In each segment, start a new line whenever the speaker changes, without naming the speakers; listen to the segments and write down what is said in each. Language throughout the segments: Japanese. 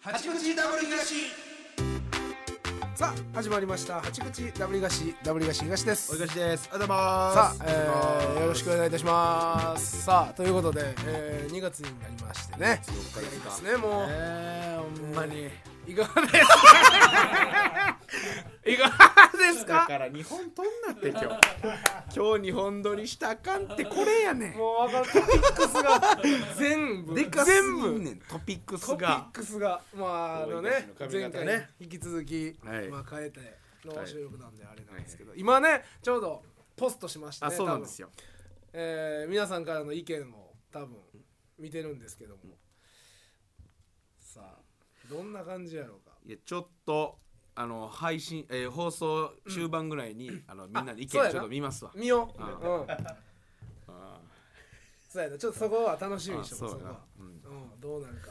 八口ダブル東
さあ始まりました八口ダブリガシダブリガシ東です
おいがしですありがとうございま
さ
す
あ、えー、よろしくお願いいたしますさあということで、えー、2月になりましてね
4日ですか
ねもう、
えーほんまに
いかがですかいかがです
だ
か
から日本撮んなって今日今日日本撮りしたらあかんってこれやねん
もう分かるトピックスが全部
でかす
全
ぎん
部
ねんトピックス
トピッ
が
クスがまああのね
大分の髪
前
型
回
ね
ね引き続き、
はい
まあ、変えての収録なんであれなんですけど、今ねちょうどポストしました
あ
ね
そうなんです
よ、
よ
多分えー皆さんからの意見を多分見てるんですけども、さあどんな感じやろうか
いやちょっとあの配信、えー、放送終盤ぐらいに、あのみんなで意見ち
そう
ょ
や
っ
な
と見ますわ
見よう、
あ
うん、
あ
そうやなちょっとそこは楽しみ
ーあ
にしとこ
そ
そ
ううや
こ
な
は、、
うん
うん、どうなるか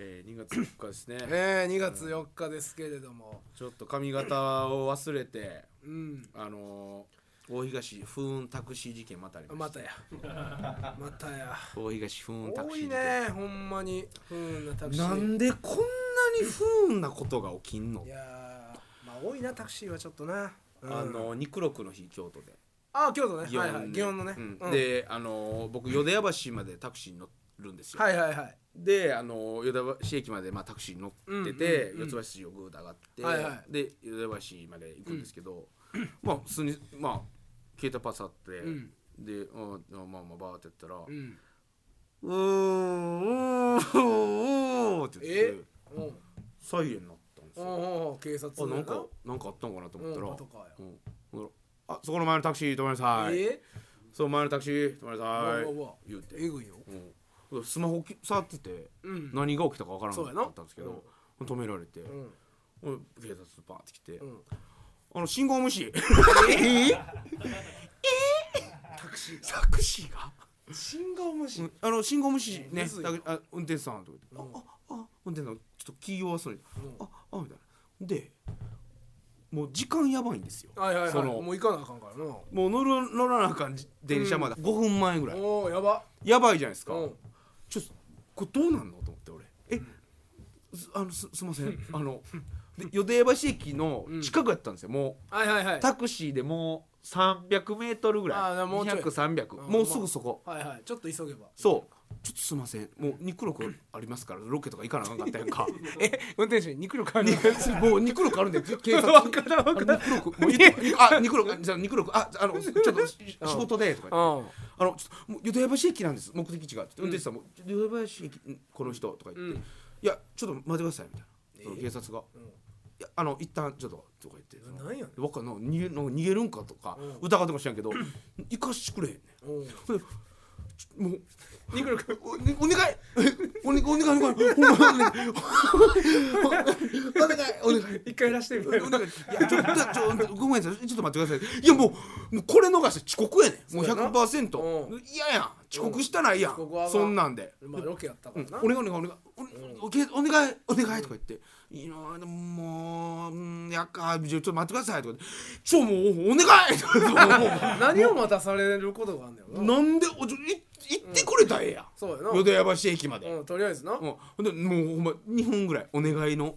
えー、2月4日ですね
ねえ2月4日ですけれども
ちょっと髪型を忘れて
うん
あのー、大東風雲タクシー事件またありました
また やまたや
大東風雲タク
多
シー
い
事
ね
件
ほんまに不運なタクシ
な
ー
んでこんなに不運なことが起きんの
いやーまあ多いなタクシーはちょっとな、うん
あの肉六の日京都で
あ京都ね
祇
はい
園
はい
ね
祇園のね、
うん
うん
であのー僕淀屋橋までタクシーに乗るんですよ、
はいはいはい
であの淀屋橋駅まで、まあ、タクシーに乗ってて、
うんうんうん
四つ橋筋をぐーっと上がって、
はいは
で淀屋橋まで行くんですけど、まあ普通にまあ携帯パスあって、
うん
で、うん、まあまあバーってやったら「う
うん
ーんうーんうーん」って言っ
え
て
おう
サイレンになったんです
おう
よ。
おう警察
あ
だ
なんかなんかあったのかなと思ったら
うんパトカーや
うんほらあそこの前のタクシー止まりなさい、
え
そう前のタクシー止まりなさい
わわわ
言うて、
えぐいよ
うん、スマホき触ってて、
うん
何が起きたかわから
そうや
な
な
かったんですけど、止められて、
うん
ほんで警察バーって来て、
ん
あの信号無視
タクシー
タクシーが、
信号無視、
うんあの信号無視
む
ね
ずい
タクあ運転手さんとか言って、あああ運転手さんちょっと気弱そうに、
うん
ああみたいなでもう時間やばいんですよ
はいはい
そ
はい
の
もう行かなあかんからな
もう乗る乗らなあかんじ電車まで5分前ぐらい、
おおやば
やばいじゃないですか、
うん
ちょっとこれどうなんのと思って俺えすあのすすいませ んあので淀屋橋駅の近くやったんですよ、も
はいはいは
う
い
タクシーでもう300メートルぐらい
あーでももうちょい
200300
あ
もうすぐそこ、
はいはいちょっと急げば
そうちょっとすいませんもう肉力ありますからロケとか行かなあかんかったや んかえ
運転手に肉力ある
もう肉力あるんで警察
わからんわからん
あ肉力もう言ってあ肉力じゃあ肉力ああのちょっとし仕事でとか言って
うん
あのちょっともう淀屋橋駅なんです目的地がって運転手さんも「淀屋橋駅んこの人」とか言って「
うん
いやちょっと待ってください」みたいな、その
え
警察が「
ん
いやあの一旦ちょっと」とか言ってその
なんやね
わかんない逃げなんか逃げるんかとか、
うん
疑っても知らんけど行かしてくれへんねん
おう
ほんでちょもう肉力 おお願いお願いお願いお願いほんまお願い お願いお願い
一回いらしてみ
いやちょっとちょごめんなさいちょっと待ってくださいいやもうもうこれ逃して遅刻やねんもう
そうやなう
100%嫌ややん遅刻したないやん
遅刻はな
そんなんで
まあロケやったか
う
ら
ん
な、
お願いお願いお願いおおけお願いお願いとか言って「いいなでももううんやっかじゃあちょっと待ってください」とか言って「ちょもうお願い!」とか言っても
何を待たされることがあんねん
う
な
なんでおちょい行ってくれたらええやん
そうや
淀屋橋駅まで
な、うん、とりあえ ずな、
うん、ほんでもうほんま2分ぐらいお願いの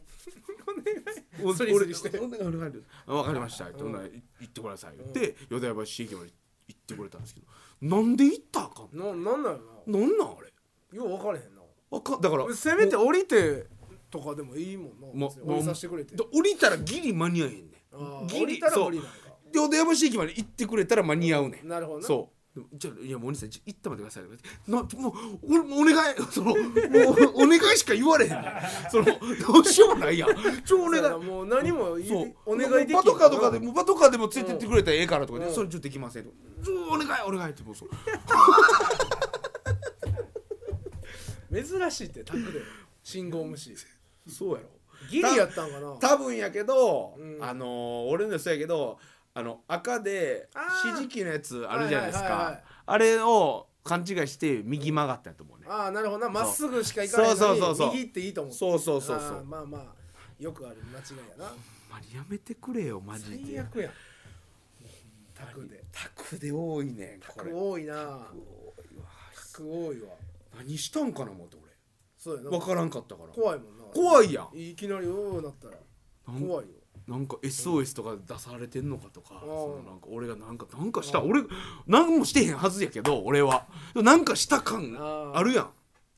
お願い
スリスリして
お願いお願い分かりましたって、ほんならい行ってください言って淀屋橋駅まで行ってくれたんですけどなんで行ったらあかん
ななんなんやろ
なんなんあれ
なよう分からへんな
あかんだから
せめて降りてとかでもいいもんな、
も
別に降りさせてくれて
で降りたらギリ間に合えへんね
あー
んギリ
降りたら
そう
無理なんか
淀屋橋駅まで行ってくれたら間に合うねん
なるほどな
そうでもじゃあいやもうお兄さんちょ行ったまでくださいとか言ってなもうおお願いそのもうお願いしか言われ へんねんそのどうしようもないやんちょお
お
願い
願いもう何もい
そう
お願いでき
バ
ん
トカーとかで
な
もバトカーでもついてってくれたらええからとかで、
うん
それちょっとできませんとかちょお願いお願いってもうそう
珍しいってタクで信号無視
そうやろ
ギリやったんかな
多分やけど、
うん
あのー俺のそうやけどあの赤で
あー
指示器のやつあるじゃないです
は
か、
いはいはいはい
あれを勘違いして右曲がったんやと思うね
ああなるほどなまっすぐしか行かない
そ
の
うそうそうそう
に右っていいと思って
そうそうそうそう
あーまあまあよくある間違いやな
ほんまにやめてくれよマジ
最
で
悪やんタクで
タクで多いねん
タ
これ
ク多いな
多いわ
タク多いわ
何したんかな思って俺
そうやな
分からんかったから
怖いもんな
怖いやん
いきなりおおなったら
なん
怖いよ
なんか SOS とか出されてんのかとか,、
うん
そのなんか俺がなんかなんかした、俺何もしてへんはずやけど俺はでもなんかした感
あー
あるやん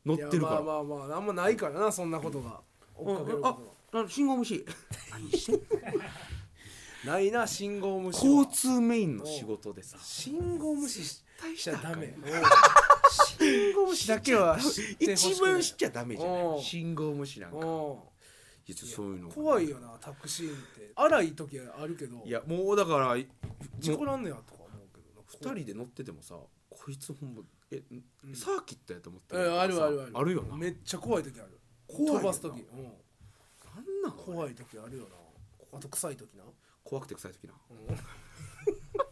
乗ってるから、
いやまあまあまああんまないからなそんなことが追っかけるこ
あ
と
あ信号 無視何してんの
がないな信号無視は
交通メインの仕事でさ
信号無視し
対
ちゃダメおう信号無視だけは知ってほしくない
一番しちゃダメじゃ
う
なんい信号無視なんか
おう
いやちょっとそういうのが
怖いよなタクシーって荒い時はあるけど
いやもうだからい
事
も
故なんねやとか思うけどな
う二人で乗っててもさこいつほんまえ、
うん
サーキットやと思って
えあるあるある
あるよな
めっちゃ怖い時ある
怖いよな
飛ばす時うん
なんなん
怖い時あるよなあと臭い時な
怖くて臭い時な
うん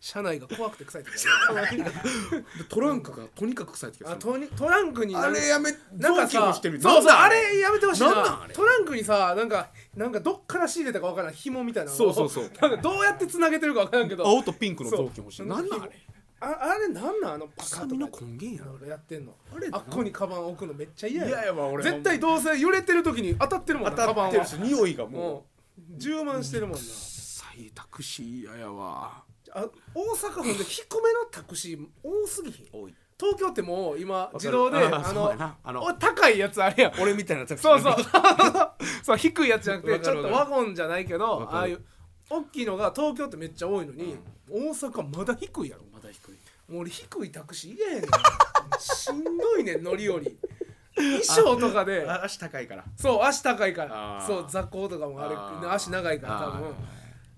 車内が怖くて臭い時ある
トランクがとにかく臭い時が
あ
する
トニトランクに
あれやめ
なんか
雑巾
さ
をしてみ
そうそう
なんなん
あれやめてほしいな
なんなんあれ
トランクにさなんかなんかどっから仕入れたかわからん紐みたいなのを
そうそうそう
なんかどうやってつなげてるかわからんけど
青とピンクの雑巾欲しい
そう
なんなんあれ
ああれなんなんあのパカ
臭
ッと
みの
か
根源やろ
やってんの
あれ
あっこにカバン置くのめっちゃ嫌や
嫌やわ俺
絶対どうせ揺れてる時に当たってるもんな
当たってる
カ
し匂いが
バンは
も
もう充満してるもんな
う臭いタクシー嫌やわ
あ大阪府で低めのタクシー多すぎひん
おい
東京ってもう今
る
自動で
あー
あ
そう
の
やなあの
お高いやつあれやん
俺みたいなタクシ
そ
ー
うそう そう低いやつじゃなく
わ
てち
かる
ょ
わ
っ
か
と
る
ワゴンじゃないけど
わかる
ああいう大きいのが東京ってめっちゃ多いのに、大阪まだ低いやろ
まだ低い
もう俺低いタクシー嫌やねんしんどいねん乗り降り衣装とかで
あ足高いから
そう足高いか
あ
ら
ー
そう雑行とかもあれ
あー
足長いから多分
あー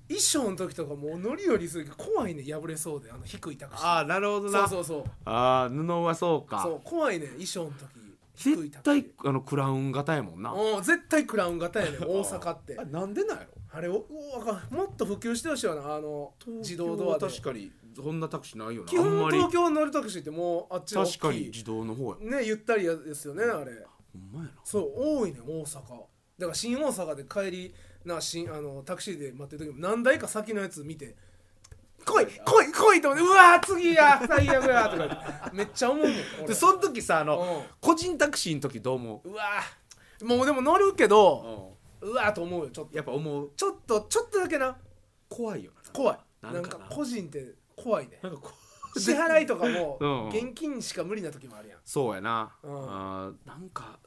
衣装の時とかもう乗り降りするけど怖いねん破れそうであの低いタクシー
あーなるほど
そ
な
うそうそう
あー布はそうか
そう怖いねん衣装の時低い
絶
タクシ
対
ー
あのクラウン型やもんな
もう絶対クラウン型やねん大阪って
あなんでなんやろ
あれおおわかんもっと普及してほしいよなあの自動ドアで
確かにそんなタクシーないよな
基
あん
本
まり
東京乗るタクシーってもうあっちの大きい
確かに自動の方や
ねゆったりやですよねあれ
ほんまやな
そう多いね大阪だから新大阪で帰りな新あのタクシーで待ってる時も何台か先のやつ見て「来い来い来い!」と思って「うわー次や最悪や!」とか言ってめっちゃ 思うもん俺
でその時さあ
うん
の個人タクシーの時どう思
うわーもうでも乗るけ
う
どうわーと思うよちょっと
やっぱ思う
ちょっとちょっとだけな
怖いよ
怖い
な
なんん
かな
か個人って怖いね
ななんかこう
支払いとかも
うん
現金しか無理な時もあるやん
そうやな
うん
あーなんか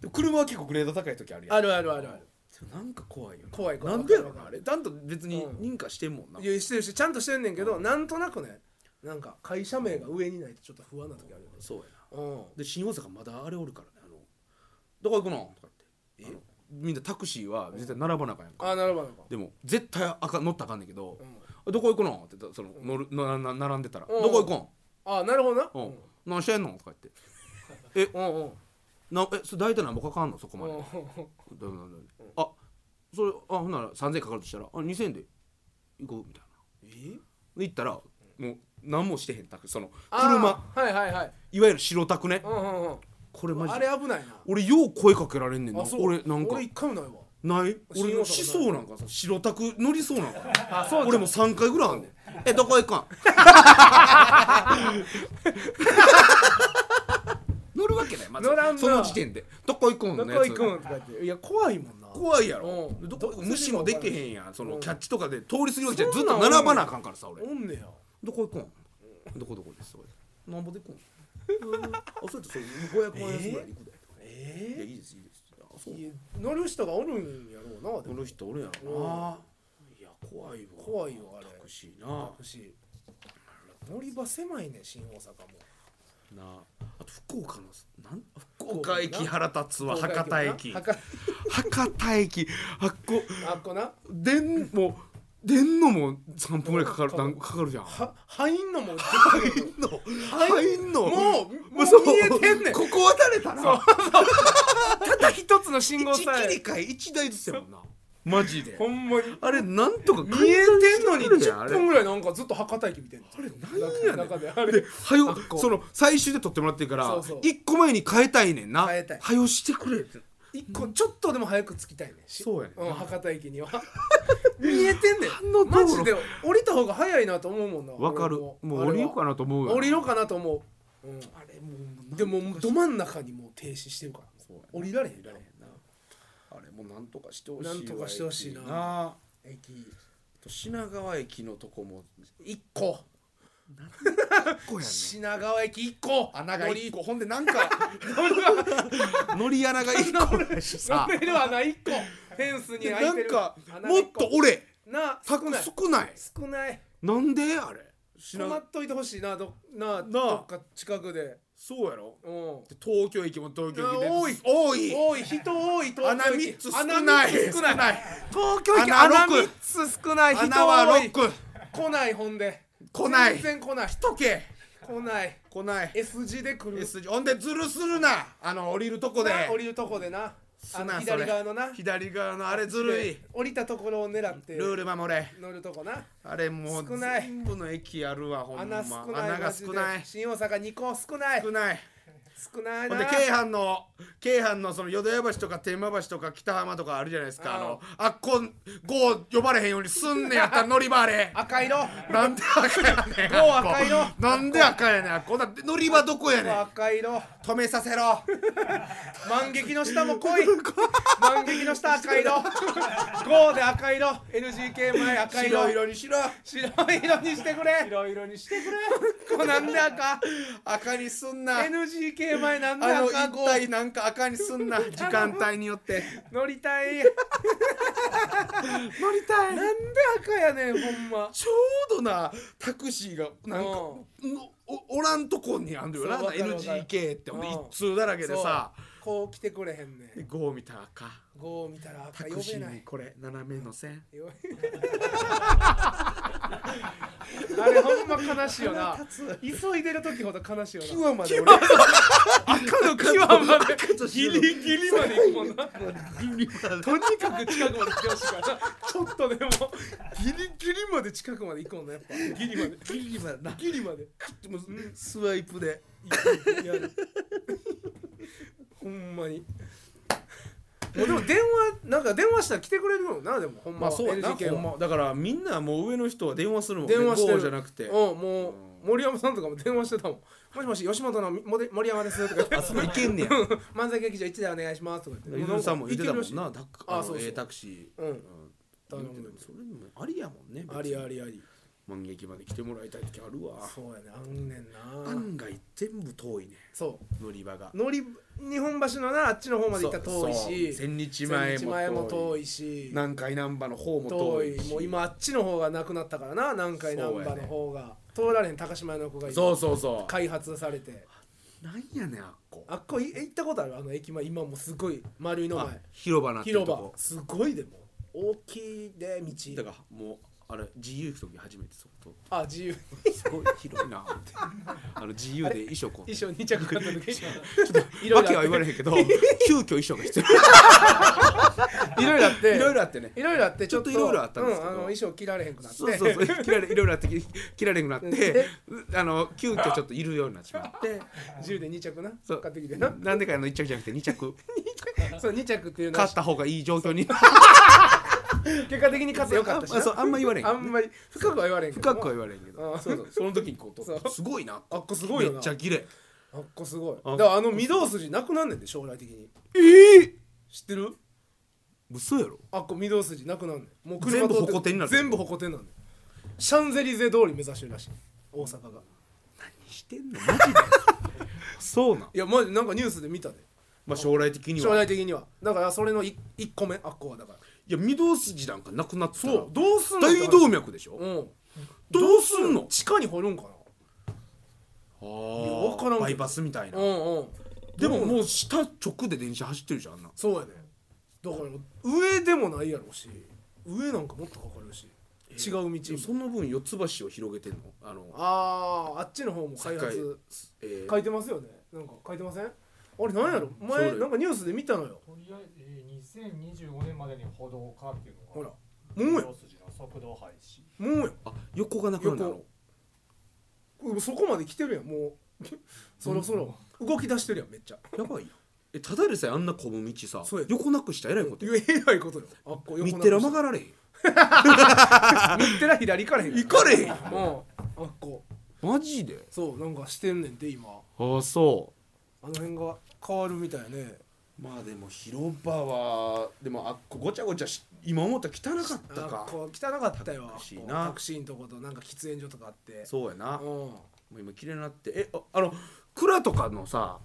でも車は結構グレード高い時あるやん
あるあるあるある
でもなんか怖いよな
怖い怖い
なんでやろ
わか
な
る
あれちゃんと別に認可してんもんない
やしてるしちゃんとしてんねんけど、なんとなくねなんか会社名が上にないとちょっと不安な時あるよね
そうやな
うん
で新大阪まだあれおるからねあのどこ行くのとか言ってあのみんなタクシーは絶対並ばなあかんやんか
あなるほどなるほ
でも絶対あかん乗ったらあかんねんけど
ど、うん、
「どこ行くの?」って言ったらその乗るなな並んでたら「
うん
どこ行くん?
あなるほどな」
う
うんん
何してんの?」とか言って
うんうん
「なえそれ大体何ぼかかんのそこまで」
う
だめだめあそれあほんなら3000円かかるとしたら「あ2000円で行こう」みたいなん
え
で行ったらもう何もしてへんタクその車
あーはいはいはい
いわゆる白タクね
うんうん
これ
う
マ
ん
ジ
あ
で
れ危ないな
俺よう声かけられんねんな
あそう
俺なんか
俺一回もないわ
ない
新大阪
俺
ない
しそうなんかさ白タク乗 りそうなんか
あそう
俺も3回ぐらいあんねん えどこ行くん乗るわけないまず
乗らんな
その時点でどこ行くん
ど
の
こ
やつ
行くんとか言っていや怖いもんな
怖いやろ
うん
どこ
ど
無視もできへんやんそのキャッチとかで通り過ぎるじゃず
そ
っ
んなん
と並ばなあかんからさ俺
おんねや
どこ行くんどこどこです俺なんぼで行 くんうんあそうやってそう500万円ぐらいで行くでいや
え
いいですいいですあそう
え乗る人がおるんやろうなで
こ
も
の人おるやろな。いや怖いわ。
怖いよあれ
タクシーな。
私乗り場狭いね新大阪も
なあ。あと福岡のなん福岡駅腹立つわ
東海
博多駅
な博
博多駅あっこ
あっこな
でんもうでんのも三分ぐらいかかる
かか
な
る
んかかるじゃん。
は入んのも
入んの
入
入んの
もうもう
そう
見えてんねん
ここ渡れたら
ただ一つの信号
一
さ
切
え
り替え一台ずつやもんな。マジで
ほ。んまに
あれなんとか
見えてんのに
改善してくれ
10分ぐらいなんかずっと博多駅見てんのあれ
なんやねん
中であれ
で、はよ
あっこ、
その最終で撮ってもらってるから
そうそう、
一個前に変えたいねんな。
変えたい
はよしてくれって。
一個ちょっとでも早く着きたいねし
そうやね
ん博多駅 には見えてんね
あの
ん
道路
マジで降りた方が早いなと思うもんな
わかる。
俺
もう降りようかなと思うよ。
降りようかなと思ううん、
あれもう
でももうど真ん中にもう停止してるから
そうやな
降りられへんから
あれもなんとかしてほしい
なんとかしてほしいな
わ駅な
駅
あと品川駅のとこも
1個
こや
品川駅1個
穴が
乗
一
り
個ほんでな んか乗り穴が一個やしさ
乗れる穴1個フ ェンスに開
ない
て
ん
る
か
穴が
も
一
っ
個
と俺
な
た
少
く
ない
少ない
少ない
なんであれ品
困
川
っといてほしいなどな
な
どっか近くで
そうやろ
うん
で東京駅も東京駅で
あ多い
多い
多い人多い東京駅
穴三つ少ない
穴三つ少ない東京駅
穴
穴
六
3つ少ない人
穴は
多い
六個
来ないほんで
来ない
全然来ない
とけ
来ない
来ない
S 字で来る
S 字ほんでズルするなあの降りるとこで
な降りるとこでなあの
な
左側のな
左側のあれずるい
で降りたところを狙って
ルール守れ
乗るとこな
あれもう
少ない
全部の駅あるわほんま
穴少ない
穴が
マジで
少ない
新大阪2個少ない
少ない
少ない
ほ
なん
で京阪の京阪のその淀屋橋とか天満橋とか北浜とかあるじゃないですかあのあっこんゴー呼ばれへんようにすんねやったら乗り場 あれ
赤色
なんで赤やねん
ゴー
あっこ
赤色
なんで赤やねんあっこんな乗り場どこやねん
赤色
止めさせろ
万劇の下も来 い万劇の下赤色 GO で赤色 NGK 前赤色
白色にしろ
白色にしてくれ白色にしてくれこうなんで赤
赤にすんな
NGK 前なんで
あの
赤
一
GO
体なんか赤にすんな 時間帯によって
乗りたい
乗り
な
た
んで赤やねんほんま
ちょうどなタクシーがなんか
うん
のおおらんとこにあんのよな
そうわかるわかる
NGK ってほんで
うん
一通だらけでさ
そうこう来てくれへんねん
ゴー見たら赤
GO 見たら赤
タ
呼
クシ
べ
ー
な
に
い
これ斜めの線
呼べあれほんま悲しいよな急いでる時ほど悲しいよな
まで俺
赤の際まで
と
ギ
白
リ
の
ギリまで行くもんな
ギリまで
とにかく近くまで来てほしいからなちょっとでもギリギリまで近くまで行くもんなやっぱギリまで
ギリまでな
ギリまで
もうスワイプで
やるほんまにもうでも電話なんか電話したら来てくれるのなでもほんま
まあそうやな
LGK は
ほんまだからみんなもう上の人は電話するもんね
電話してる
ゴーじゃなくて
うんもう森山さんとかも電話してたもん「もしもし吉本のもで森山です」とか言
あ
って
そこいけんねや
「漫才劇場1でお願いします」とか言って
伊豆さんも言ってたも
いけ
ん
るらし
なタクあ
あそ
の
うそう
A タクシー
うん
うん
頼む
でもそれでもありやもんね
いありありあり
満劇まで来てもらいたい時あるわ
そうやねあんねんな
案外全部遠いね
そ
乗り場が
う乗り日本橋のなあっちの方まで行ったら遠いし
そう千日前
千日前も
も遠い
遠いし
南海難波の方も
遠
遠い
い
し
もう今あっちの方がなくなったからな南海難波の方が通られへん高島屋の子が
そうそうそ
開発されて
うなんやねんあっこ
あっこい行ったことあるあの駅前今もうすごい丸いの
あ
前
広場なってる
広
と
場
こ
すごいでも大きいで
だ
道
からもうあれ自由行く時初めてそこと
あ自由
すごい広いなってあの自由で衣 装こ
衣
う
装2着買った時ちょ
わけは言われへん けど急遽衣装が必要
いろいろあって
いろいろあってね
いろいろあってちょっと
ちょっといろいろあったんですけど
うあの衣装着られへんくなって
そうそうそう切られいろいろあって切切ら れなくなって
で
うあの急遽ちょっといるようになってしまって
自由で2着な
そう
買ってきてな
なんでかあの1着じゃなくて2着
そう2着っていうの
買
は
った方がいい状 況に
結果的に買ってよかったし
あ
な
そうあんま言われん
あんまり深くは言われへんけど
深くは
は
言われんけど
うん
そうそうその時にこ
そう
うすごいな
あっこすごいよな
めっちゃ綺麗
あっこすごい
あ
だからあの御堂筋なくなんねんで将来的に
ええ
知ってる
嘘やろ
あっこ御堂筋なくなんねんもう
全部
通って
ホコ天になる
全部ホコ天なんねんシャンゼリゼ通り目指してるらしい大阪が
何してん のマジでそうなん
いやマジなんかニュースで見たで
まあ将来的に
将
は
来的にはだからそれの 1, 個目あっこはだから
いや御堂筋なんかなくなったら
そうどうすんの
大動脈でしょ
うん
どうすんの
地下に掘るんか
あ
いやわからんけ
ー
ど
バイパスみたい
な
な
うんうん
でももう下直で電車走ってるじゃんあんな
そうやねだから上でもないやろうし上なんかもっとかかるし違う道も
その分四つ橋を広げてんのあの
あああっちの方も開
堺
発
えー
書いてますよねなんか書いてませんあれなんやろ
そうだ
前
よ
なんかニュースで見たのよ
とりあえずえー2025年までに歩道化っていうのが
ほらもうや
道筋の速度廃止
もう
あ横がなくなるの
横やそこまで来てるやんもう そろそろ動き出してるやんめっちゃ
やばいよえただでさえあんな混む道さ
そうや
横なくしたらえらいこ と
言
や
えないことよあっこ
見てら曲
が
がられへん
ミッテラ左行かれへん
行かれへん
もうあっこ
マジで
そうなんかしてんねんて今
ああそ
あの辺が変わるみたいね
うまあでも広場はでもあっこごちゃごちゃし今思ったら汚かった
なんか
か
こう汚かったよ
タクシー
こう
な
タクシーのとことなんか喫煙所とかあって
そうやなも
うん
う今綺麗になってえああの蔵とかのさ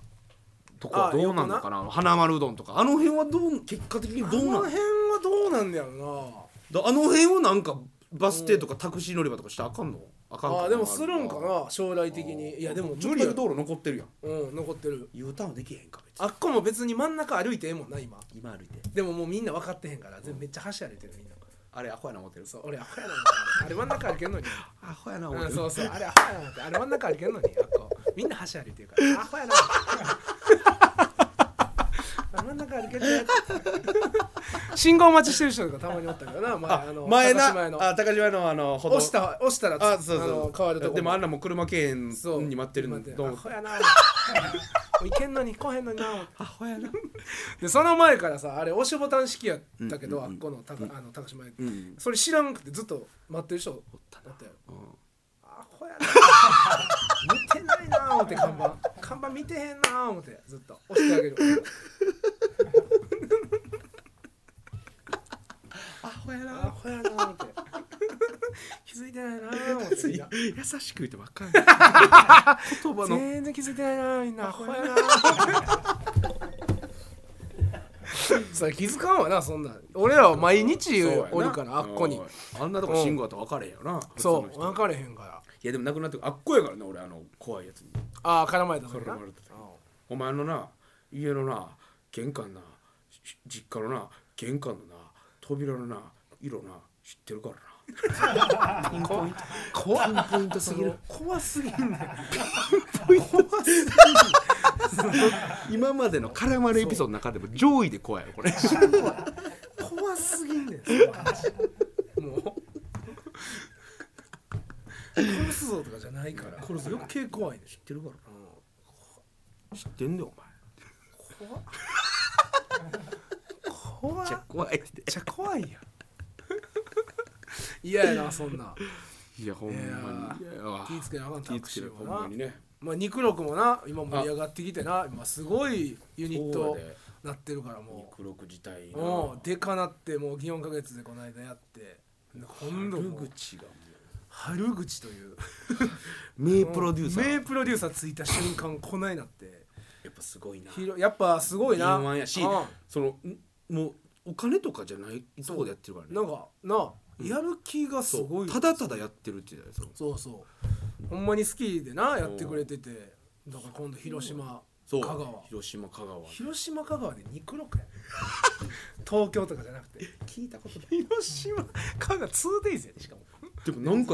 とこは
あ
どうなんのかな花丸うどんとかあの辺はどう結果的にどう
この
なん
辺はどうなんだよな
だあの辺をなんかバス停とかタクシー乗り場とかしたらあかんのあかんか
ああでもするんか
あ
な将来
ー
的にいやでも
ちょ
無
っ
理や
とだけ道路残ってるやん
うん残ってる
U ターンできへんか別に
あっこも別に真ん中歩いてええもんな今
今歩いて
でももうみんな分かってへんから全部めっちゃ箸歩いてるみんな
あれアホやな思ってる
そう俺アホやなあれ真ん中歩けんのに
アホやな思っ
う
て
ん
る
そうそうあれアホやなってあれ真ん中歩けんのにあっこみんな箸歩いてるからアホやなあ真ん中歩けて る信号待ちしてる人とかたまにおったからな前
あ
あの
前な
高島屋の
あ高島屋のあの歩道
押した押したら
あそうそう
の変わるとこ
でもあんなもう車けえんに待ってるの
待って
どう
ア
思っ
ホ
た
やなもういけんのに来へんのにな
アホやな
でその前からさあれ押しボタン式やったけど、
うんうんうん
あっこのたあの高島屋、
うん
それ知らんくてずっと待ってる人おったよ
う
アホやな 見てないな思って看板看板見てへんな思ってずっと押してあげるアホやなアホやな思って気づいてないな思 っ
ん
てみんな
優しく言ってばっかり言葉の
全然気づいてないなみんなアホやな それ気づかんわなそんなん俺らは毎日おるからあっこに
うんあんなとこ信号やったら分かれへんよな
そ
普
う
通の人
分かれへんから
いやでもなくなってあっこやからな俺あの怖いやつに
ああ絡まれたから
絡
な
まれた時お前のな家のな玄関なし実家のな玄関のな扉のな色な知ってるからな
怖いポイントすぎる怖すぎるね怖すぎる
今までの絡まるエピソードの中でも上位で怖いよこれ
怖すぎんねんその話もう殺すぞとかじゃないから殺す余計怖いでし
知ってるから
ょ、
な知ってんだよお前
うん、怖っ怖っ
めっちゃ怖い
め
って
っちゃ怖いやん嫌やなそんない
やほんまに
い
いやわ
気ぃつけなあかん
気
タ
ぃ
ク
つ
シ
けろ
ー
ほん
も
ま
な
にね
まあ肉六もな今盛り上がってきてな今すごいユニッ
そう
ト
やで
なってるからもう
肉六自体
お
の
でかなってもう祇園か月でこの間やって今度
春
もう
口がも
春口という
う名プロデューサー
名プロデューサーついた瞬間こないなって
やっぱすごいな
ひろやっぱすごいな
敏腕やし
うん
そのんもうお金とかじゃないとこでやってるからね
なんかなやる気がす
そう
ごい
ただただやってるって言うじゃないですか
そうそうほんまに好きでなやってくれててだから今度広島
そ
香
う
川
広島香川
広島香川で肉 六や東京とかじゃなくて
聞いたことない
広島香川 2days やでしかも
でもなんか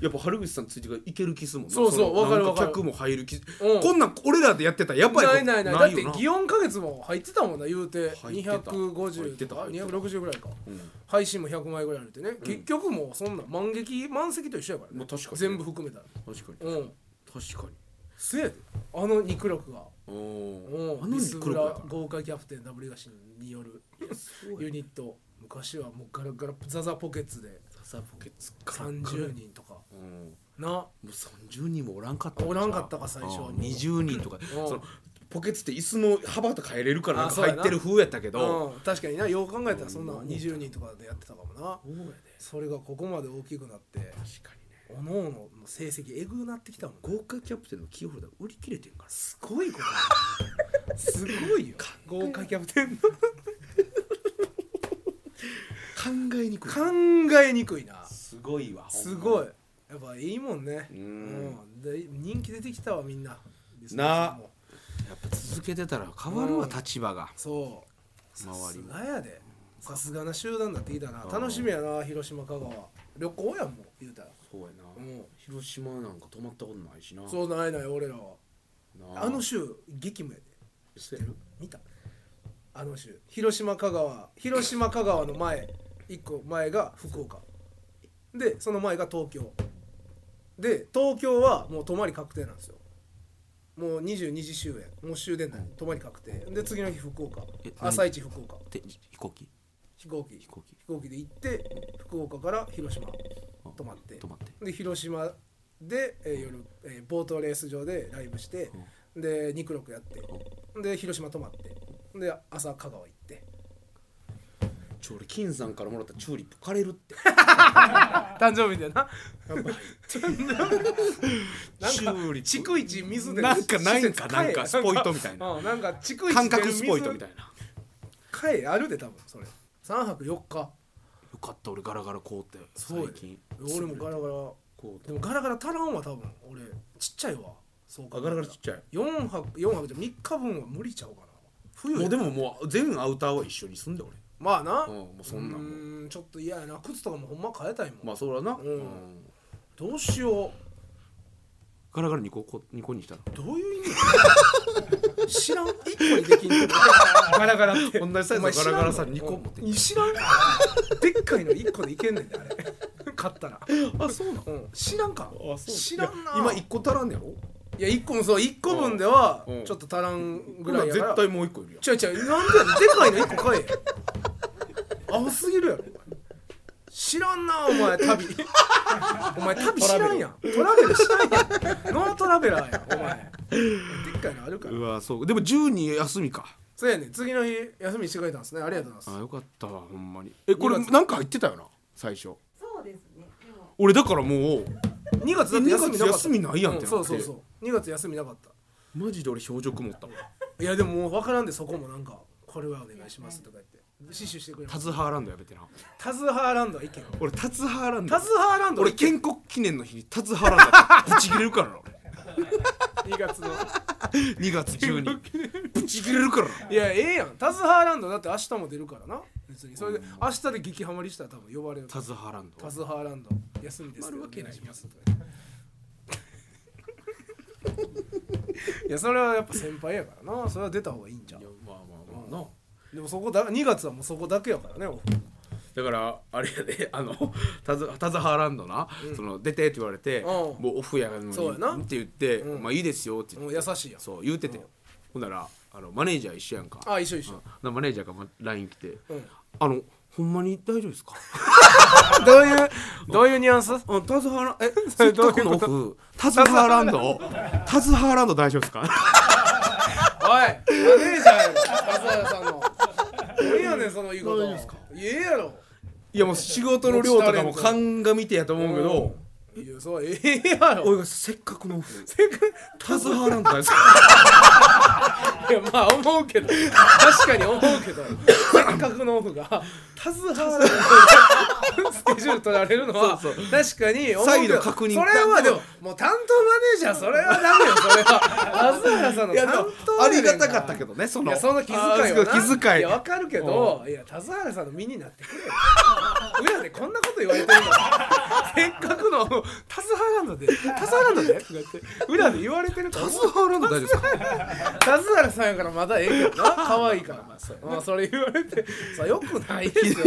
やっぱ春口さんついてからいける気すもんな
そうそう
の
わかる
なん
わかる
客も入る気こ
うん
んなん俺らでやってたらやっぱり
ないないないだって
よな
祇園か月も入ってたもんな言うて
入ってた入っ
250
てた
と
入
か
ってた
260ぐらいか
うん
配信も100枚ぐらいあるってね、結局もうそんな満劇満席と一緒やからね、
まあ確かに
全部含めたら
確かに
うん
確かに
せやであの肉力が
お
う
ー
ん
あの
ビス
肉
ブ
六
ラ
やから
豪華キャプテンダブリガシによる
すごい
ユニット昔はもうガラガラザザポケッツで
サザポケツから
30人とか
うん
な
もう30人もおらんかった
おらんかったか最初は
あー20人とか
うん
そのポケツって椅子の幅とか変えれるからなん
あ
か
そう
入
や
っ
な
てる風やったけど
うん、確かになよう考えたらそんな
うん
20人とかでやってたかもな
そうやで
それがここまで大きくなって
確かにね
おのおのの成績えぐなってきたもんね
豪華キャプテンのキーホルダー売り切れてんから
すごいことだ すごいよ豪華キャプテンの
考えにくい
考えにくいな
すごいわ
すごいやっぱいいもんね
うん
んで人気出てきたわみんな
なあ
も
やっぱ続けてたら変わるわ
うん
立場が
そうさ
周り
す
も
がやでさすがな集団だってきたな
うん
楽しみやな広島香川旅行やんもう言うたら
そうやな
うん
広島なんか泊まったことないしな
そうないない俺らは
な
あの週激務やで
そうやろ
見たあの州広島香川広島香川の前一個前が福岡でその前が東京で東京はもう泊まり確定なんですよもう22時終演もう終電だ泊まり確定で次の日福岡
え
朝一福岡
で飛行機
飛行機
飛行機
飛行機で行って福岡から広島泊まって
泊まって
で広島で、えー夜、えーボートレース場でライブして、で肉六やってで広島泊まってで朝香川行って
ちょ俺金さんからもらったチューリップ枯れるって
誕生日でな なん
チ
か
ューリップ
逐一水で
なんかないん
施
か
設変え
なんかスポイトみた いな
うんなんか逐一
感覚スポイトみたいな
なえあるで多分それ3泊4日
よかった俺ガラガラ凍って
そうや
最近
俺もガラガラ
凍って
でもガラガラ足らんわ多分俺ちっちゃいわそう
あガラガラちっちゃい
4泊4泊じゃ3日分は無理ちゃうかな冬
も
や
うでももう全アウターは一緒に住んで俺
まあな
うんもうそんなんもん
うーんちょっと嫌やな靴とかもほんま変えたいもん、
まあそらな
うん
うん
どうしよ
ガラガラ2個こ二個に したら
うどういう意 味知らん一個にできんのガ ラガラって
同じサイズの
お前知らん
ガラガラさ二個持って
うん知らんでっかいの一個でいけんねんであれ買ったら、
あそうな
うん、知らんか
の
知らんな
今1個足らんねやろ
いや一個もそう一個分では
うん
ちょっと足らんぐ
ぐ
ら
ら
い
い
やから
絶対もう1個いるやん
ちょいちょいなんでやねんでかいの一個買えアホすぎるやろお前知らんなお前旅お前旅知らんやんトラベル知らんやんノートラベラーやんお前でっかいのあるから
うわそうでも10に休みか
そうやねん次の日休みにしてくれたんですねありがとうございま
あ
す
よかったわほんまにえこれ
二月
なんか入ってたよな最初
そうですね。でも
俺だからもう
2月だって休みなかった
二月休みないやんってなって
そうそうそう2月休みなかっ
マジで俺表情曇ったわ
たいやでももう分からんでそこもなんかこれはお願いしますとか言って死守してくれま
タ
す
ズハーランドやめてな
タズハーランドは意見
俺タズハーランド
タズハーランドは
俺
意見
建国記念の日にタズハーランド やってぶち切れるからな
2月の
俺2月12日ぶち切れるからない
やええやんタズハーランドだって明日も出るからな別にそれで明日で激ハマりしたら多分呼ばれる
タズハーランド
タズハーランド休みです
あるわけない
お願しますとか言 っていやそれはやっぱ先輩やからなそれは出た方がいいんじゃん
いやまあまあまあな
でもそこだ2月はもうそこだけやからねお
だからあれやで あのタズタズハーランドな、その出てって言われて、
ん
もうオフやのに
そうやな
って言って、
うん
まあいいですよって言
も
っ
う
て
優しいやん
そう言うてて、
うん
ほんならあのマネージャー一緒やんか
あ一緒一
うん
緒、
なマネージャーがま LINE 来て
うん、
「あのほんまに大丈夫で すか?
どういうどういうニュアンス
あ」タズハラえ
そ
せ
れ
っ
どう
か
い
く
う
の
こ
オ
と
フタズハーランドタズハーランド大丈夫ですか?
おいマネージャーやろ笠原さんの何やねんその言い方
何ですか
いやええやろ」
いやもう仕事の量とかも鑑みてやと思うけど
いやそうええやろ
俺がせっかくのオフタズハーランド大丈夫ですか
いやまあ思うけど 確かに思うけどせっかくのオフがタズハースケジュール取られるのは
そうそ
確かに思うけど
再度確認
それはでももう担当マネージャーそれはダメよそれは松原さんの
いや
担
でも
当
あ
やね
り
んから
がたかったけどねそ
い
の
やその気遣い
あー
はな
気遣い
やわかるけどいや田津原さんの身になってくれよ裏でこんなこと言われてるのせっか くの田津原ランドで田津原ランドでとか言って裏で言われてると
タズハーランド大丈夫ですか
田津原さんやからまだええけどな可愛いからまあそ,、れ言われてさよくないですよ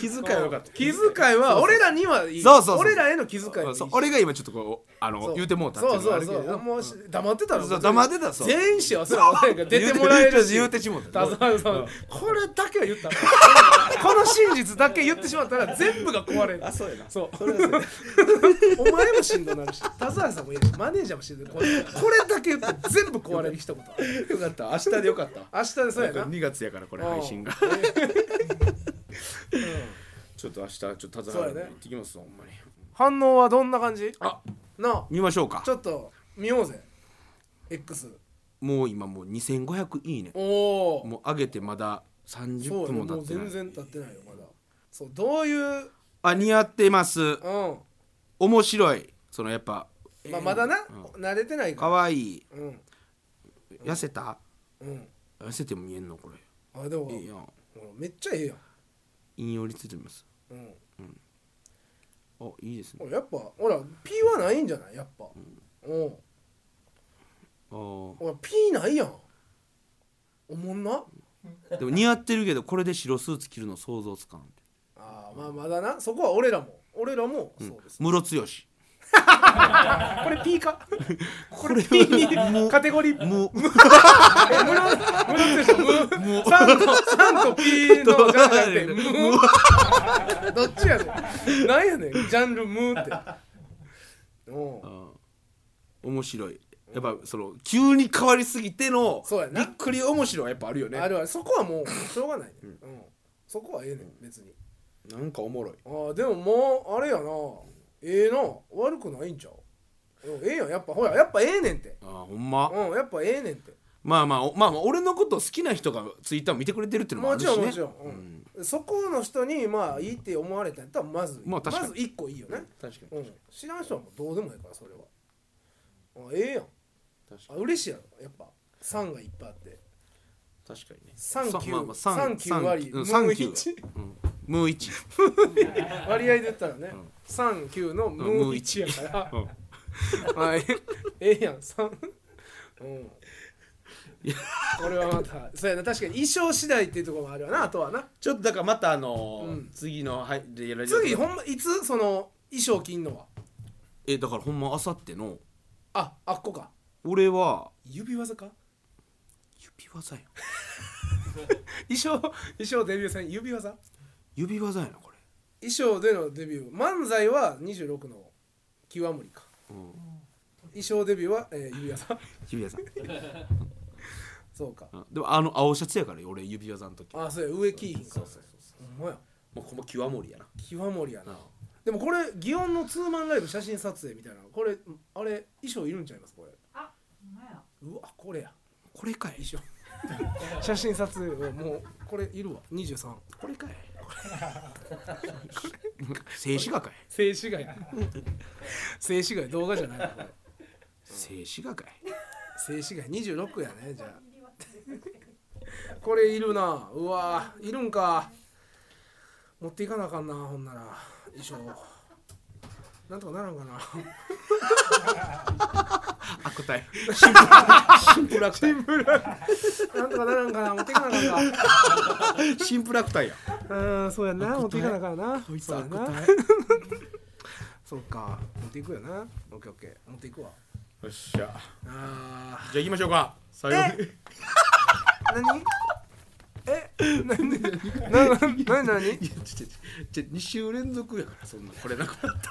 気遣い
は
はよかった
気遣いは俺らにはいい
そうそうそう
俺らへの気遣いはいいし
そう俺が今ちょっとこうあ
そ
の言うてもうたってい
そう
うのが
そ
あ
う
るけ
そ
ど
うもうし黙ってたら
そう黙ってたそう
全員幸せな俺が出てもらえるし
言うてしもうた
田沢さん、これだけは言ったなこの真実だけ言ってしまったら全部が壊れる
そうやな
そうお前もしんどなるし田沢さんもいるマネージャーもしんどいこれこれだけ言って全部壊れる一言
よかった明日でよかったわ
明日でそうやな
2月やからこれ配信 がちょっと明日ちょっとタズハーランド
そうや
行
ね
ってきますわほんまに
反応はどんな感じ
あ
なあ
見ましょうか
ちょっと見ようぜ X
もう今もう2500いいね
おお
もう上げてまだ
そう
30
や
分
ね
も
も
経
う
ってな
全
い
然経ってないよまだそうどういう
あ似合ってます
うん
面白いそのやっぱ
まあまだな慣れてないか
可愛い
らうん
痩せた
うん
痩せても見えんのこれ
あでも
いいやん
ほらめっちゃええやん
引用についてます
うん
あいいですね
ほらやっぱほら P はないんじゃないやっぱうん
あー
ほら P ないやんおもんな
でも似合ってるけどこれで白スーツ着るの想像つかん
あーまあまだなそこは俺らも俺らもそうです
ムロツヨシ
これ P か
これも
カテゴリー
も
えムロムロツヨシムサンとサンとピーのじゃなくてムどっちやねんなんやねんジャンルムーっておう
面白いやっぱその急に変わりすぎての
そうやな
びっくり面白いはやっぱあるよね
あれはそこはもうしょうがないね、うんそこはええねん別に
なんかおもろい
あーでももうあれやなええな悪くないんちゃううんええやんやっぱほらやっぱええねんって
あーほんま
うんやっぱええねんって
まあまあおまあまあ俺のこと好きな人がツイッター見てくれてるっていうのもあ
も
る
ち
し
ろん
ね
もちろん、うんそこの人にまあいいって思われたんやったらまずいい
まあ確かに
ず一個いいよね、
確かに
うん、知らん人はもうどうでもいいからそれはあええやん
確か
あ嬉しいやろやっぱ3がいっぱいあって
に確かにね
39
まあまあ三
39割
うん
無
39
一
うんムー一
割合で言ったらね、39のム
ム
ー
ー
1やから、
うん
はい、ええやん3うんこれはまたそうやな確かに衣装次第っていうところもあるよなあとはな
ちょっとだからまたあのー
うん
次のはいでラジオ
次ほんまいつその衣装着んのは
えだからほんまあさっての
ああっこか
俺は
指技か
指技やん
衣装衣装デビュー戦指技
指技やなこ
衣装でのデビュー漫才は26の極盛りか
れ、うん、
衣装デビューは、えー、指 技
指技
そうか
うんでもあの青シャツやから俺指技の時
あそうや上キーヒンか
そうそうそう
ほんまや
もうほんま極盛りやな
極盛りやな、
うん
でもこれ祇園のツーマンライブ写真撮影みたいなこれあれ衣装いるんちゃいますこれ
あ、ほんまや。
うわこれや
これかい
衣装写真撮影はもうこれいるわ23
これかい静止画かい
静止画や 静止画や動画じゃないわこれ
静止画かい
静止画26やねじゃあこれいるなうわいるんか持っていかなあかんなほんなら衣装なんとかならんかな
悪態
新プラクタなんとかならんかな持っていかなあかんか
新プラクタイや
うんそうやな持っていかなあかんな
こいつ
そうや
悪
な
態
そうか持っていくよなオッケーオッケー持っていくわ
よっしゃじゃ
あ
あ行きましょうか最後に
ー何え何何何何
いやちょちょちょ2週連続やからそんなこれなくなった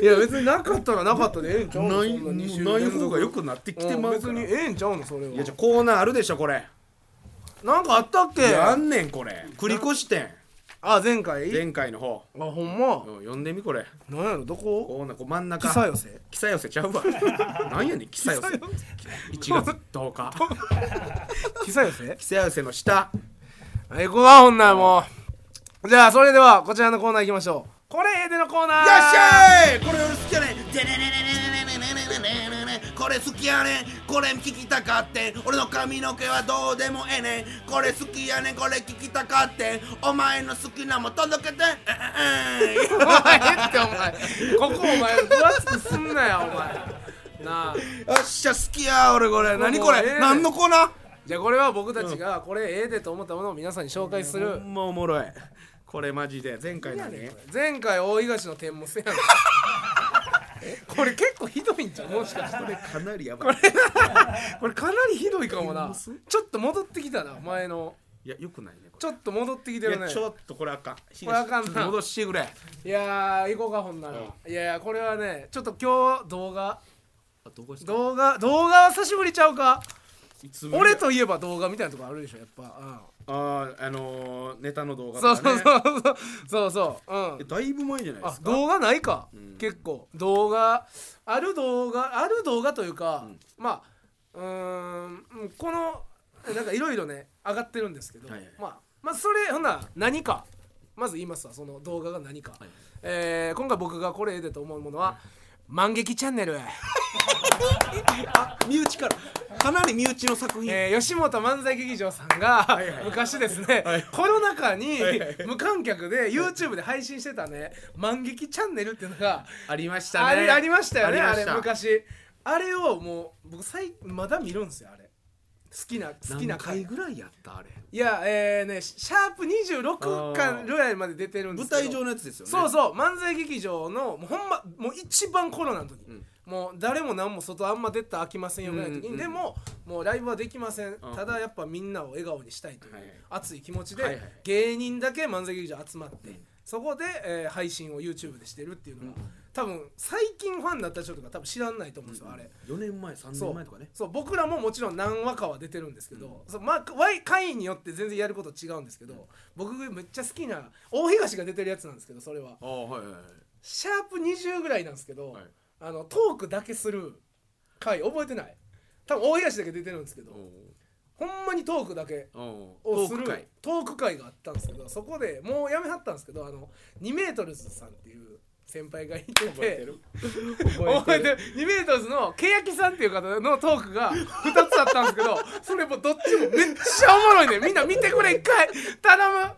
いや別になかったらなかったでええんちゃうの
ない
そん二週
ない
連続
方が良くなってきてまう
別
から
にええんちゃうのそれはい
やじゃあコーナーあるでしょこれ
なんかあったっけ
やんねんこれ繰越し点
あ前回
前回の方
あほんま
うん読んでみこれ
なんやろどこ
コーナーこう真ん中
記載寄せ
記載寄せちゃ うわなんやねん記載寄せ1月10日
記載寄せ
記載寄せの下
はい行こうわほんならもうじゃあそれではこちらのコーナー行きましょうこれええでのコーナー
よっしゃいこれ俺好きやねんでねねねねねねねねねねねこれ好きやねんこれ聞きたかってん俺の髪の毛はどうでもええねんこれ好きやねんこれ聞きたかってんお前の好きなも届けてうんうんうん
お前ってお前ここお前分厚くすんなよお前なあ
よっしゃ好きや俺これ何
も
こ
うええね
れ
ん
何のコーナ
じゃあこれは僕たちがこれええでと思ったものを皆さんに紹介す
ー
る
んまおもろいこれマジで前回何
前回大東の天もせや んこれ結構ひどいんちゃうもしかして
これかなりやばい
これかなりひどいかもなちょっと戻ってきたな前の
いやよくないねこ
ちょっと戻ってきて
れ
る
いや
ね
ちょっとこれあかんこ
れあかんな
戻してくれ
いやー行こうかほんなら、いやいやこれはねちょっと今日動画
あどこし
動画動画は久しぶりちゃうか
いつぶりや
俺といえば動画みたいなとこあるでしょやっぱ、
あああのー、ネタの動
う
画
ん、
と
そ
か、
う
ね、
そうそうそうそうそうう
え
ん
だいぶ前じゃないで
あ
すか
動画ないか、
ん
結構動画ある動画ある動画というか、
ん
まあうーんうんこのなんかいろいろね上がってるんですけど、
はいはい
まあまあそれほんなら何かまず言いますわその動画が何か、
はい
えー今回僕がこれでと思うものは「万劇チャンネル」
身内からかなり身内の作品、
えー吉本漫才劇場さんが昔ですね、コロナ禍に無観客で YouTube で配信してたね「万劇チャンネル」っていうのが
ありまし
あれありましたよねあ
りまし
れ
た
昔あれをもう僕最まだ見るんですよあれ好きな好きな
何回
回
ぐらいやったあれ
いやえー、ねシャープ26巻ぐらいまで出てるんで
舞
すけど
台上のやつですよね
そうそう漫才劇場のもうほんまもう一番コロナの時、
ん
もう誰も何も外あんま出たら飽きませんよぐらいの時に、
うんうん
でももうライブはできません、
ん
ただやっぱみんなを笑顔にしたいという
はいはい
熱い気持ちで、
はいはい
芸人だけ漫才劇場集まって、そこで、えー配信を YouTube でしてるっていうのが、多分最近ファンだった人とか多分知らんないと思うんですよ、あれ
4年前3
そう
年前とかね
そう僕らももちろん何話かは出てるんですけど、そうまあ、ワイ会員によって全然やること違うんですけど、僕めっちゃ好きな大東が出てるやつなんですけどそれは
ああはいはいはい
シャープ20ぐらいなんですけど、
はい
あのトークだけする回覚えてない多分大東だけ出てるんですけど、ほんまにトークだけ
おお
を
ト
す
ー
る
ク会
トーク会があったんですけどそこでもうやめはったんですけどあの2メートルズさんっていう先輩がいてて覚えてる覚えてる2メートルズのけやきさんっていう方のトークが2つあったんですけどそれもどっちもめっちゃおもろいねみんな見てくれ1回頼む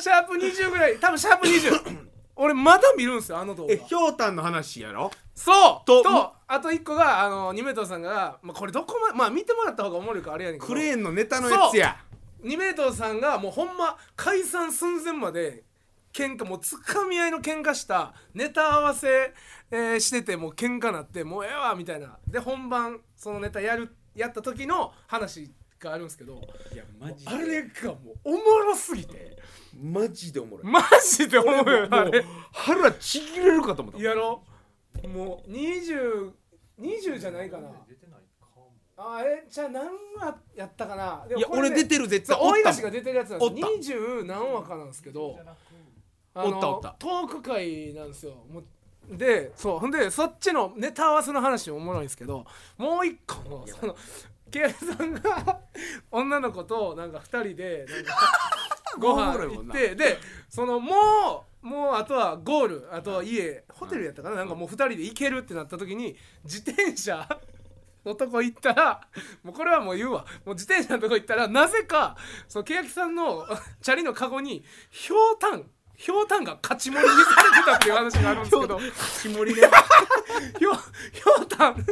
シャープ20ぐらい多分シャープ20 俺まだ見るんですよあの動画
えひょうたんの話やろ
そうと
と
あと1個があの2メートルズさんが、まあ、これどこまでまあ見てもらった方がおもろいからあれやねんけど
クレーンのネタのやつや
2メートルさんがもうほんま解散寸前まで喧嘩もうつかみ合いの喧嘩したネタ合わせ、えーしててもう喧嘩なってもうええわみたいなで本番そのネタやるやった時の話があるんですけど
いやマジ
あれがもうおもろすぎて
マジでおもろい
マジで思うよあ
もう
れ
腹ちぎれるかと思った
やろもう2020じゃないかな
出てないかも。
あえじゃあ何話やったかなでも
いや
これ
俺
ね
出てる絶
そ
対
う
お
大
った
東
も
が
ん
出てるやつなん
おっ
です二十何話かなんですけど
じゃなく
あの
おったおった
トーク会なんですよもうでそうほんでそっちのネタ合わせの話もおもろいんですけどもう一個のそのケイさんが女の子となんか二人でなんかご飯
おもろい
行
も
っ
んな
てでそのもうもうあとはゴールあとは家ホテルやったかななんかもう二人で行けるってなった時に自転車男行ったらもうこれはもう言うわもう自転車のとこ行ったらなぜかそのケヤキさんのチャリのカゴにひょうたんひょうたんが勝ち盛りにされてたっていう話があるんですけど
下りね
ひょうひょうたん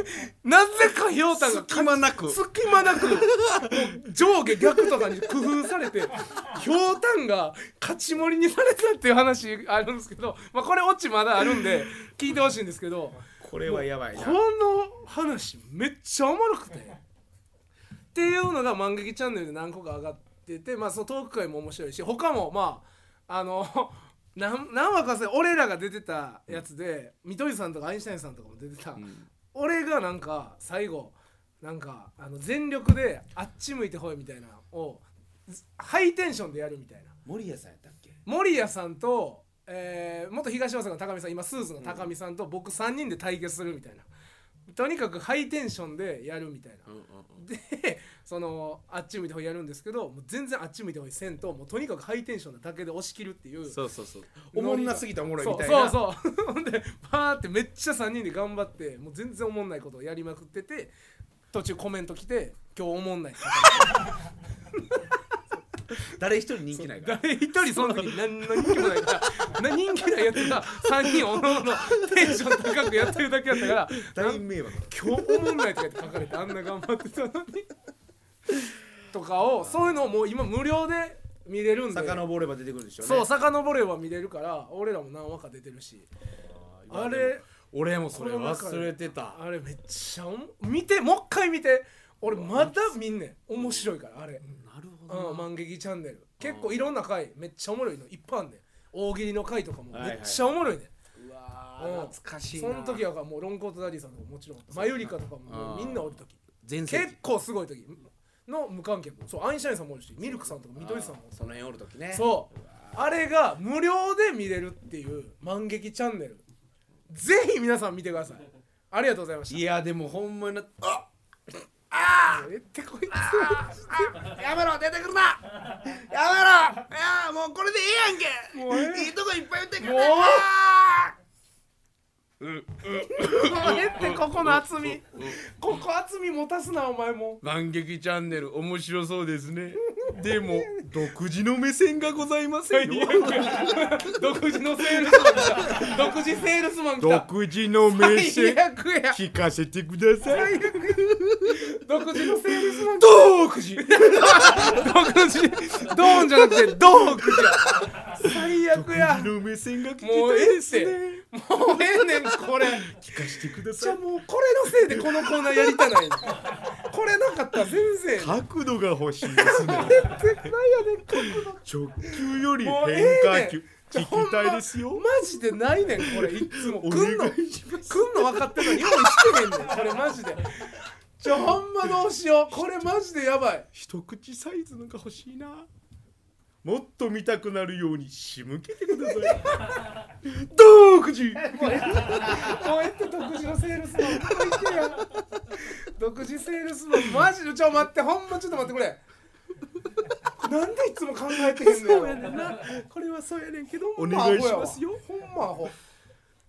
なぜかひょうたんが
隙間な く
隙間なくもう上下逆とかに工夫されてひょうたんが勝ち盛りにされたっていう話あるんですけど、まあ、これオチまだあるん で聞いてほしいんですけど
これはやばい
こ
な
の話めっちゃおもろくてっていうのが「万劇チャンネル」で何個か上がってて、まあ、そのトーク会も面白いし他もまああの。 なん何話かせ俺らが出てたやつで見取りさんとかアインシュタインさんとかも出てた、
うん
俺がなんか最後なんかあの全力であっち向いてほいみたいなのをずハイテンションでやるみたいな
森谷さんやったっけ
守谷さんと、えー元東大阪の高見さん今スーズの高見さんと僕3人で対決するみたいな、とにかくハイテンションでやるみたいな、
うんうんうん
でそのあっち向いてほいやるんですけどもう全然あっち向いてほいせんともうとにかくハイテンションなだけで押し切るっていう
そうそうそうおもんなすぎたおもろいみたい
そう
な
そうそう ほんでパーってめっちゃ3人で頑張ってもう全然おもんないことをやりまくってて途中コメント来て「今日おもんない」
誰一人人気ないから
誰一人その時に何の人気もない からな人気ないやつが3人おのおのテンション高くやってるだけやったから「な
大
ん
迷惑
今日おもんない」とかって書かれてあんな頑張ってたのに とかをそういうのをもう今無料で見れるんで
遡れば出てくるでしょうね
そう遡れば見れるから俺らも何話か出てるしあれ
俺もそれ忘れてた
あれめっちゃおも見てもう一回見て俺まだ見んねん面白いからあれ
なるほ
うん「万劇チャンネル」結構いろんな回めっちゃおもろいのいっぱいあんねん大喜利の回とかも
はいは
め
い
っちゃおもろいねん
うわ
うん
ー懐かしい
そ
な
の時はもうロングコートダディさんとかももちろんマユリカとかももうみんなおる時
全
結構すごい時の無観客そうアインシュタインさんもおるしミルクさんとかみどりさんもおる
その辺おる時ね
そうあれが無料で見れるっていう「万劇チャンネル」ぜひ皆さん見てくださいありがとうございました
いやでもほんまになあ
えってこいつ
やめろ出てくるなやめろいやーもうこれでええ
もう
やん
え
け
え
いいとこいっぱい言ってくれ
もう
あ
もうええってここの厚みここ厚み持たすなお前も
ー万劇チャンネル面白そうですねでも独自の目線がございませんよ
独自のセールスマン来た独自セールスマン来た
独自の目線
最悪や
聞かせてください
独自のセールスマン来
独
た
自
独自ドーンじゃなくてドークじゃ最悪や
の目線が聞き
もう
たい
ええ
で
っ
す
て
ね
もうええねんこれ
聞かせてくだ
じゃ
さ
あ
い
もうこれのせいでこのコーナーやりたないのこれなかったら全然
角度が欲しいですね
絶対やねん角度
直球より
もうええねん
変化球
じゃあほんま
聞きたいですよ
マジでないねんこれいつも
お
来
願
んの来
いします
んの分かってるのに用意してへんねんこれマジでじゃあほんまどうしようこれマジでやばい
一口サイズのが欲しいなもっと見たくなるように仕向けてくださいどうくじ
こうやって独自のセールスマンこう言ってや独自セールスマンマジでちょ待ってほんまちょっと待ってくれなんでいつも考えてへんの
そう
や
やね
ろ
んなこれはそうやねんけど
ほ
お
んアホや
願い
わ
しますよ
ほんまアホ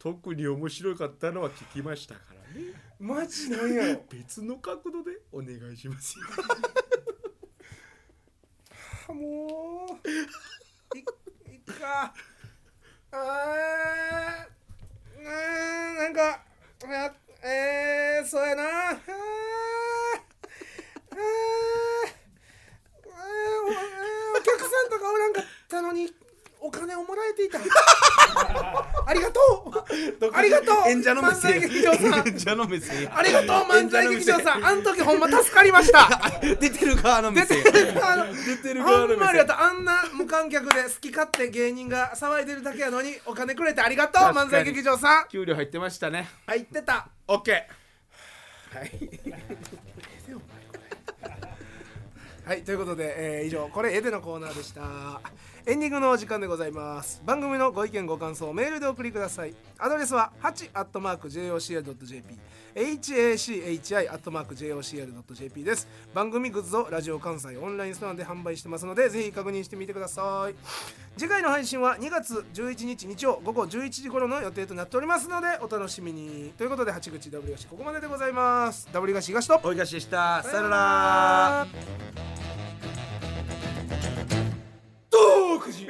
特に面白かったのは聞きましたからね
マジなんやろ
別の角度でお願いしますよ
あもういいっかあーうーんなんかやえー、そうやなあーあーあーおお客さんとかおらんかったのにお金をもらえていたありがとうありがとう
演者の目
漫才
線
劇場さん
演者の目線
ありがとう漫才劇場さんあん時ほんま助かりました
出てる側の目
出て
線
るあの
出てる側
ほ
の目
ん
線
まありがとうあんな無観客で好き勝手芸人が騒いでるだけやのにお金くれてありがとう
確か
漫
に
才劇場さん
給料入ってましたね
入ってた
OK
はいということで、えー以上「これ絵で」のコーナーでしたエンディングのお時間でございます番組のご意見ご感想をメールでお送りくださいアドレスは 8-jocr.jp hachi.jocr.jp です番組グッズをラジオ関西オンラインストアで販売してますのでぜひ確認してみてください次回の配信は2月11日日曜午後11時頃の予定となっておりますのでお楽しみにということで八口 W がしここまででございますダブリガシ東と
おいがしでしたさよなら
どうくじ